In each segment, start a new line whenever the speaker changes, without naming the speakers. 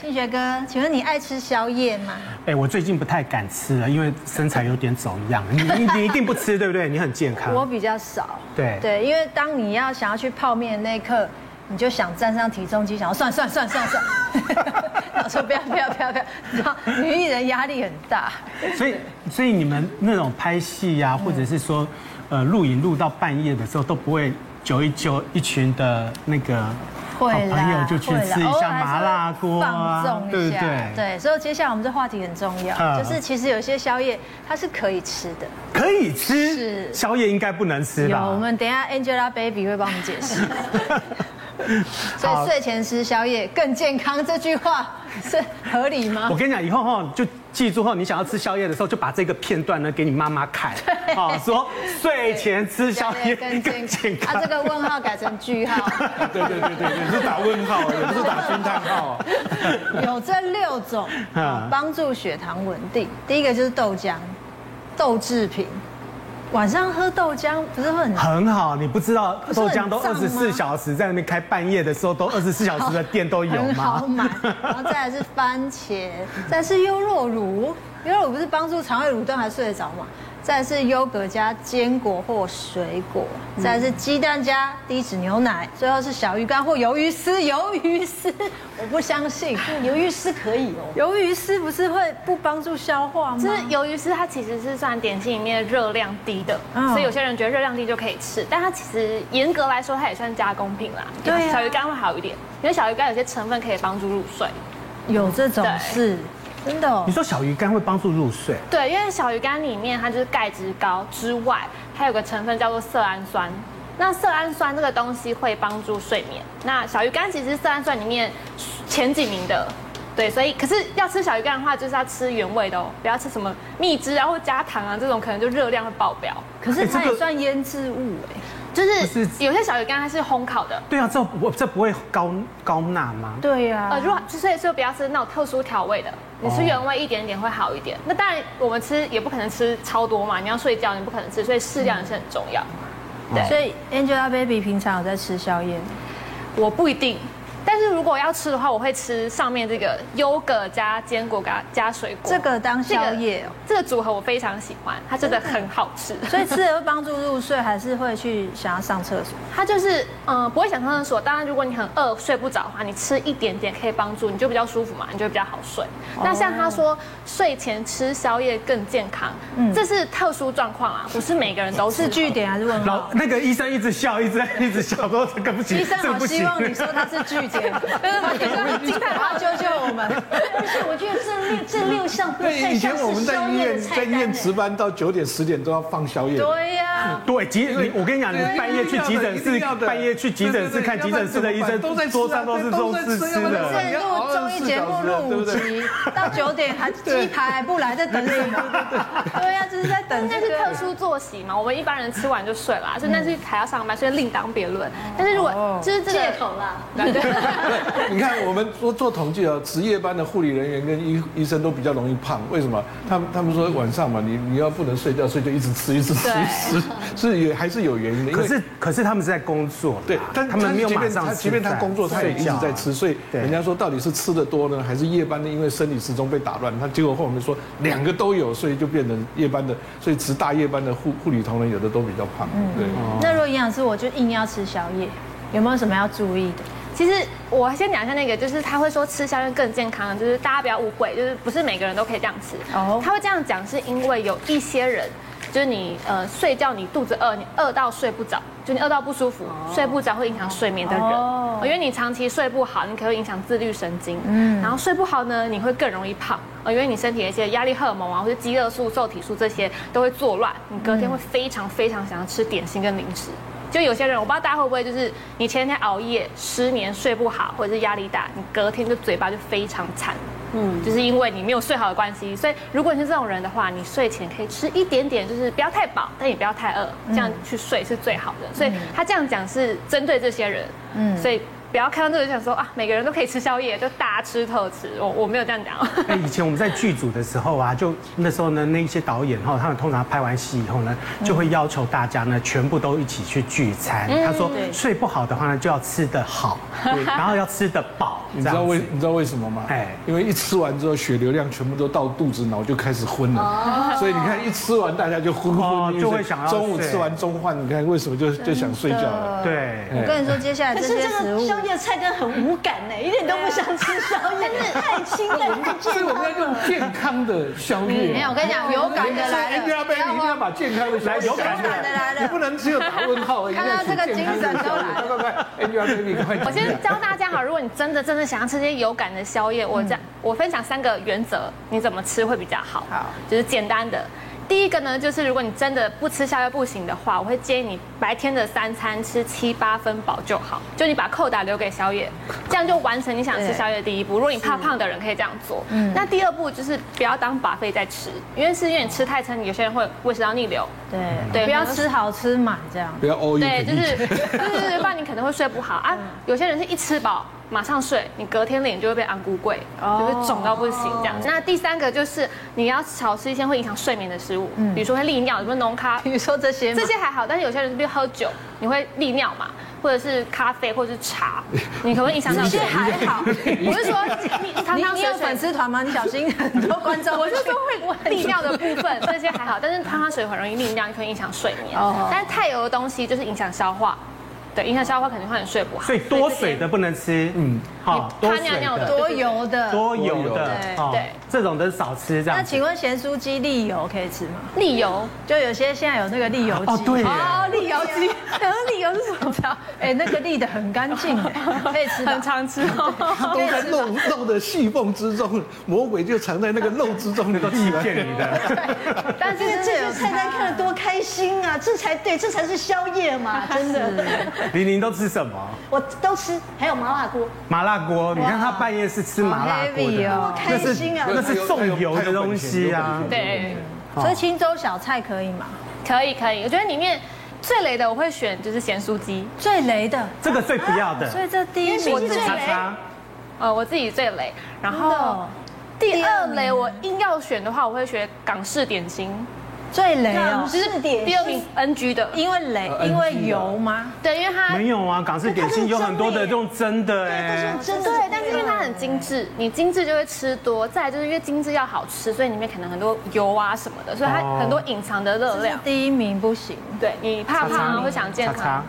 庆学哥，请问你爱吃宵夜吗？
哎，我最近不太敢吃了，因为身材有点走样。你你你一定不吃，对不对？你很健康。
我比较少。
嗯对
对，因为当你要想要去泡面的那一刻，你就想站上体重机，想要算算算算 算，然后说不要不要不要不要，然后女艺人压力很大。
所以所以你们那种拍戏呀、或者是说，呃，录影录到半夜的时候，都不会揪一揪一群的那个好
会啦，
朋友就去
会啦
吃一
偶尔
下
还是
麻辣锅
放
啊
纵，
对
一
不
下，
对？，
对，所以接下来我们这话题很重要，
嗯
就是其实有些宵夜它是可以吃的。
可以吃，
是
宵夜应该不能吃
有，
吧？
我们等一下 Angelababy 会帮我们解 释。所
好
以睡前吃宵夜更健康这句话 是合理吗
我？跟你讲，以后哈就记住后，你想要吃宵夜的时候，就把这个片段呢给你妈妈看，哦，说睡前吃宵夜更健康
啊，。这个问号改成句号，
对对对对对，是打问号，也不是打惊叹
啊
号。
有这六种
嗯
帮助血糖稳定。第一个就是豆浆，豆制品。晚上喝豆浆不是会很
很好，你不知道
不是
豆
很
浆都二
胀吗
十四小时在那边开，半夜的时候都二十四小时的店都有
很
吗
好？买，然后再来是番茄，再来是优酪乳，优酪乳不是帮助肠胃蠕动还睡得着嘛？再来是优格加坚果或水果，再来是鸡蛋加低脂牛奶，最后是小鱼干或鱿鱼丝。 鱿鱼丝，我不相信，
鱿鱼丝可以哦，
鱿鱼丝不是会不帮助消化吗
就是？鱿鱼丝它其实是算点心里面热量低的，
嗯
所以有些人觉得热量低就可以吃，但它其实严格来说它也算加工品啦。
对啊
小鱼干会好一点，因为小鱼干有些成分可以帮助入睡。
有这种
对
事，真的哦
你。说小鱼干会帮助入睡，
对，因为小鱼干里面它就是钙质高之外，还有个成分叫做色氨酸。那色氨酸这个东西会帮助睡眠。那小鱼干其实是色氨酸里面前几名的，对，所以可是要吃小鱼干的话，就是要吃原味的哦，不要吃什么蜜汁啊或加糖啊这种，可能就热量会爆表。
可是
哎
它
这个
也算腌制物哎。
就
不
是
是
有些小鱼干它是烘烤的，
对啊，这我这不会高高钠吗？
对啊呀
呃，如果所以所以不要吃那种特殊调味的，你吃原味一点点会好一点。那当然，我们吃也不可能吃超多嘛，你要睡觉你不可能吃，所以适量也是很重要。对
哦
所以 Angelababy 平常有在吃宵夜吗，
我不一定，但是如果要吃的话，我会吃上面这个优格加坚果加加水果，
这个当
这个
宵夜哦。
这个组合我非常喜欢，它真的很好吃。
所以吃了会帮助入睡，还是会去想要上厕所？
它就是嗯、呃不会想上厕所。当然，如果你很饿睡不着的话，你吃一点点可以帮助，你就比较舒服嘛，你就比较好睡。
哦
那像他说睡前吃宵夜更健康，
嗯
这是特殊状况啊，不是每个人 都
是
是。
据点还啊是问
老
号？
那个医生一直笑，一直一直笑，说这个不行，
医生
这个
好
不
希
行。
望你说他是据 点，医生金太号救救我们。
而且我觉得 这六这六项不
对，
太
以前
像
我
是
们在
宵
医
夜的
院
菜
在
单
医院
呢
值班到九点十点都要放宵夜。
对呀，
对，急你我跟你讲，你
对啊
半夜去急诊
一定
室
要，的
半夜去急诊室
对对对
看急诊室的医生，
要不然怎么办
桌上都是都是
啊都在
吃
吃啊
的。
是录综艺节目录五集，到九点还鸡排还不来，在等什 么？对呀，就是在等
那
这
是特
个。
殊作息嘛，我们一般人吃完就睡啊啦，所以那是还要上班，所以另当别论。但是如果就是这个
哦借口啦。
你看，我们说做统计啊，值夜班的护理人员跟医医生都比较容易胖，为什么？他们他们说晚上嘛，你你要不能睡觉，所以就一直吃，一直吃，
对
一直吃，是也还是有原因的。因为
可是可是他们是在工作啦，
对，但
他们没有
即
马
便
上
他
吃
即便他
饭
工作，他也一直在吃，啊所以
对
人家说到底是吃的多呢，还是夜班的因为生理时钟被打乱？他结果后面说两个都有，所以就变成夜班的，所以值大夜班的护护理同仁有的都比较胖，
嗯
对。
那如果营养师我就硬要吃宵夜，有没有什么要注意的？
其实我先讲一下那个，就是他会说吃宵夜更健康，就是大家不要误会，就是不是每个人都可以这样吃。
哦
哦，他会这样讲是因为有一些人，就是你呃睡觉你肚子饿，你饿到睡不着，就你饿到不舒服，睡不着会影响睡眠的人，
哦
因为你长期睡不好，你可能会影响自律神经，嗯，然后睡不好呢，你会更容易胖，呃，因为你身体的一些压力荷尔蒙啊，或是饥饿素、受体素这些都会作乱，你隔天会非常非常想要吃点心跟零食。就有些人，我不知道大家会不会，就是你前一天熬夜、失眠、睡不好，或者是压力大，你隔天就嘴巴就非常馋。嗯，就是因为你没有睡好的关系，所以如果你是这种人的话，你睡前可以吃一点点，就是不要太饱，但也不要太饿，这样去睡是最好的。所以他这样讲是针对这些人，嗯，所以不要看到这个就想说啊，每个人都可以吃宵夜，就大吃特吃。我我没有这样讲哦，
哎，以前我们在剧组的时候啊，就那时候呢，那一些导演哈，他们通常拍完戏以后呢，就会要求大家呢，全部都一 起去聚餐。他说，睡不好的话呢，就要吃得好，然后要吃得饱。
你知道为你知道为什么吗？
哎
因为一吃完之后血流量全部都到肚子，脑就开始昏了，所以你看一吃完大家哦就昏
哦
昏欲睡
就会想要睡
中午吃完中饭，你看为什么就就想睡觉了？
道对。
我跟你说，接下来
可
这
是
些
这
食
个
物
宵夜菜单很无感 呢，一点都不想吃宵夜， 太清淡太
所以
健
我们
康
要用
了。
健康的宵夜。
没有，我跟你讲，有感的来
一定要
了，
被你一定要把健康的来
有感觉
的来了
你不能只有打问号，一定要写健康的小姐快快快，Angelababy，快快
我先教大家好，如果你真的真的想要吃这些有感的宵夜，我这样我分享三个原则，你怎么吃会比较好。
好，
就是简单的。第一个呢，就是如果你真的不吃宵夜不行的话，我会建议你白天的三餐吃七八分饱就好，就你把扣打留给宵夜，这样就完成你想吃宵夜的第一步。如果你怕胖的人可以这样做。那第二步就是不要当把费再吃，因为是因为你吃太撑，有些人会胃食道逆流。
对
对
不要吃好吃满这样。
不要 all you
对，就
can
是
eat
就是，不然你可能会睡不好
嗯
啊。有些人是一吃饱马上睡，你隔天脸就会被安菇贵，
哦
就会肿到不行这样。那第三个就是你要少吃一些会影响睡眠的食物，
嗯
比如说会利尿，比如说浓咖，
比如说这些嘛，
这些还好。但是有些人比如喝酒，你会利尿嘛，或者是咖啡，或者是茶，你可能会影响到。这还好，我是说你常
你
常
你
水
有
水
粉丝团吗？你小 心很多观众。
我就说会利尿的部分，这些还好，但是汤汤水很容易利尿，你可能影响睡眠
哦。
但是太油的东西就是影响消化，对，影响消化肯定会很睡不好。
所以多水的不能吃，嗯，好，
你
多
怕尿
水
尿的
的、
多油的。
多油
多油
的
的，
哦
对，
这种的少吃这
那
样子。
请问咸酥鸡沥油可以吃吗？
沥油，
就有些现在有那个沥油
哦
鸡，
对耶
哦，沥油鸡， 然后沥油是什么料？哎，那个沥的很干净，哎可以吃的
很。常吃哦。
都在肉肉的细缝之中，魔鬼就藏在那个肉之中，能够
欺 骗你的，
但是真的
这个这
有
些菜单看了多开心啊！这才对，这才是宵夜 嘛，真的。
玲玲都吃什么？
我都吃，还有麻辣锅，
麻辣锅，你看他半夜是吃麻辣锅的，
好 heavy 哦
开心啊！
那是重油的东西啊
对，
所以青州小菜可以吗？
可以可以，我觉得里面最雷的我会选就是咸酥鸡，
最雷的，
这个最不要
所
的。
以这第一
咸酥
名是
鸡最
叉
雷
叉，
呃，我自己最雷。然
真的
后
哦
第二雷我硬要选的话，我会选港式点心，
最雷
港
哦，
式点
第二名 NG 的。
因为雷，
呃
因为
NG 的
油吗？
对，因为它
没有啊，港式点心有很多的这种蒸的哎，
真的
对，但是因为它很精致，你精致就会吃多。再来就是因为精致要好吃，所以里面可能很多油啊什么的，所以它
哦
很多隐藏的热
这是
量。
第一名不行，
对你怕胖啊，会想健
叉
康
叉。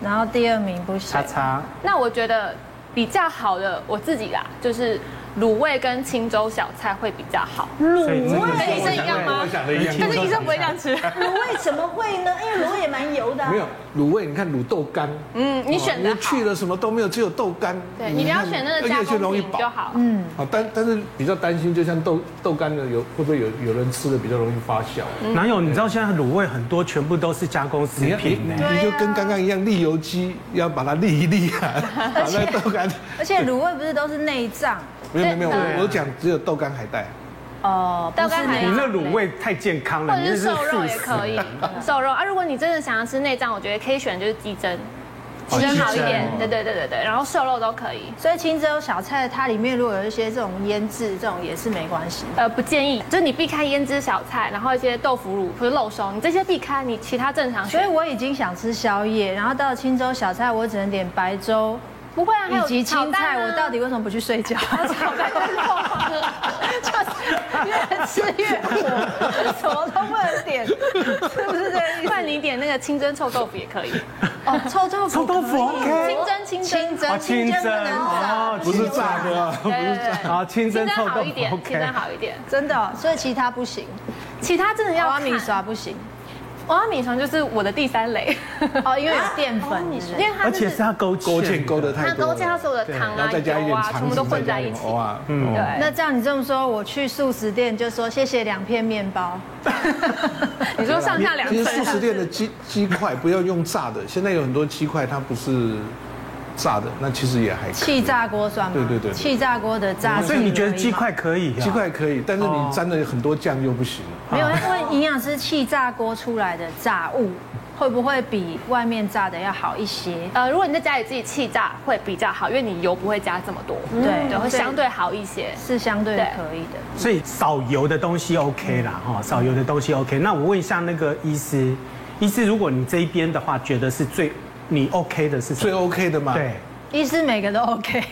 然后第二名不行
叉，叉，
那我觉得比较好的我自己啦，就是卤味跟青州小菜会比较好。
所以这个
跟医生一样吗
我想的一样
但是医生不会这样吃。
卤味怎么会呢？因为卤味也蛮油的、啊。
没有卤味，你看卤豆干，
嗯，你选的
哦去了什么都没有，只有豆干。嗯
对你不要
看
选那个
而且
加
就
工
容易
品
饱
就。好。嗯，
啊，但但是比较担心，就像豆豆干的有会不会有有人吃的比较容易发酵？
嗯
哪有？你知道现在卤味很多全部都是加工食
你要
品欸呢，
你就跟刚刚一样，沥油机要把它沥一沥 啊，把那个豆干。
而且卤味不是都是内脏
没有没有没有，
对啊
我我讲只有豆干海带。啊
哦，
豆干还
你那卤味太健康
或
了，
者
你那
是瘦肉
素
也
食
可以，瘦肉啊。如果你真的想要吃内脏，我觉得可以选就是鸡胗，鸡胗好一点。对对对对对，然后瘦肉都可以。
所以青州小菜它里面如果有一些这种腌制，这种也是没关系的。
呃，不建议，就是你避开腌制小菜，然后一些豆腐乳或者肉松，你这些避开，你其他正常
所以
选。
我已经想吃宵夜，然后到青州小菜，我只能点白粥
不会啊，还
以
有
及青菜。我到
底
底为什么不去睡 觉？
炒蛋跟肉啊
就是越吃越火，什么都不能点，是不是这个 意
不
思？
然你点那个清蒸臭豆腐也可以，
哦，臭豆腐
臭
可以，
豆腐 OK，
清蒸清
清
蒸，
哦
蒸，
清蒸
不能炸，
哦，
不是炸的啊，
对对对，
好哦清蒸臭豆腐
好一点，
OK
清蒸好一点，
真的哦，所以其他不行，
其他真的要
花
看
米，刷不行
娃娃米肠就是我的第三类，
哦，因为有淀粉，对不
因
对
为它
而
就
且是
是
它勾芡
勾芡勾的太
它
多
勾
了，
芡它所有的糖
然
啊
后再加一
油
点
啊，全
肠
部
子，
都
再
混
加
在
一
一
点
起，
藕啊，
嗯
嗯，
对
那这样你这么说，我去素食店就说谢谢两片面 包，
你说上下两
其实
份
啊
素食店的鸡鸡块不要用炸的，现在有很多鸡块它不是炸的，那其实也还可以
气炸锅算吗？
对对对对
气炸锅的炸
哦
鸡
所
而已嘛。
以你觉得鸡块可以啊？
鸡块可以，但是
哦
你沾了很多酱又不行了。
没有？因为营养师气炸锅出来的炸物会不会比外面炸的要好一些？
呃，如果你在家里自己气炸会比较好，因为你油不会加这么多，
对
对，会相对好一些。
是相对
对
可以的。
所以少油的东西 OK 啦，哈，少油的东西 OK。那我问一下那个医师，医师，如果你这一边的话，觉得是最你 OK 的是什
最
么？
OK 的嘛，
对，
医师每个都 OK，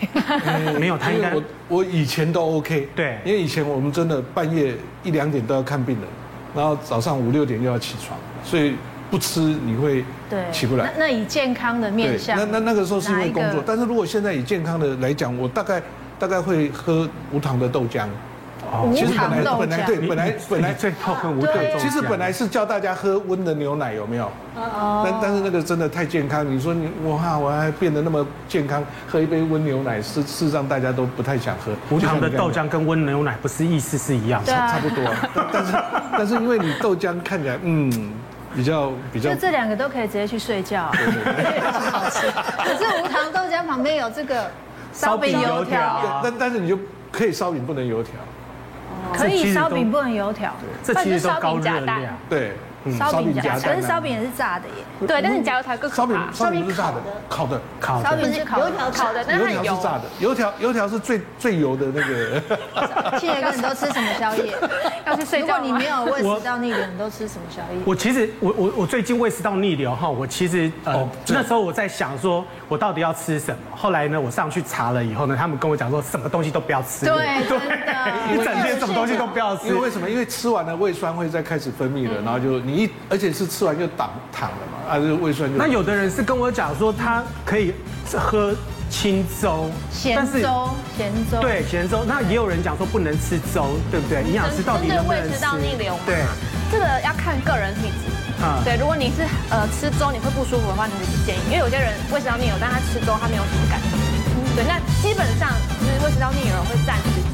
没有，他应
因为
该
我我以前都 OK，
对
因为以前我们真的半夜一两点都要看病人，然后早上五六点又要起床，所以不吃你会
对，
起不来。
那那以健康的面
对，
向，
那那那个时候是因为工
哪一
作
个，
但是如果现在以健康的来讲，我大概大概会喝无糖的豆浆。
哦
无
其实本
糖
来
豆
本来对
浆，
本来
你
本来
你最痛恨无痛
对
中
其实本来是叫大家喝温的牛奶，有没有？但但是那个真的太健康，你说你我哈我还变得那么健康，喝一杯温牛奶，事事实上大家都不太想喝。
无糖的
就像你刚
豆
才
浆跟温牛奶不是意思是一样的
对。啊
差不多啊，但但是但是因为你豆浆看起来嗯比较比较
就这两个都可以直接去睡觉 啊，好吃。可是无糖豆浆旁边有这个烧饼
烧饼
油
油条
条
对，但但是你就可以烧饼不能油条，
可
这其
以
实都
烧饼不能油条，
这其实都高热
不然就烧饼夹
量
蛋，
对，嗯
烧饼
夹
夹，
蛋啊
可是烧饼也是炸的耶。
对，但是你加油条更可
嗯烧饼
怕。
烧饼不是炸的，烤的，
烤
烧
的
饼是烤
油条
烤的，但
油
它很
条是
油。
炸的，油条油条是最最油的那个，
七爷哥，你都吃什么宵 夜？
要去睡
如
觉
果你
吗
没有胃食道逆流，你都吃什么宵夜？
我其实我我我最近胃食道逆流哈，我其实呃
哦
那时候我在想说，我到底要吃什么？后来呢，我上去查了以后呢，他们跟我讲说什么东西都不要吃。
对，真的。
一整天什么东西都不要吃
因为。为什么？因为吃完了胃酸会再开始分泌了，然后就你一而且是吃完就躺躺了嘛，啊，这个胃酸就
那有的人是跟我讲说，他可以喝清粥，
咸
但是
粥，咸粥。
对咸粥，那也有人讲说不能吃粥，对不对？营养师到底
针对
能不
胃
能吃？
食道逆流嘛，
对，
这个要看个人体质。
啊
嗯
对，如果你是呃吃粥你会不舒服的话，你就不建议，因为有些人胃食道逆流，但他吃粥他没有什么感觉。对，那基本上就是胃食道逆流会占十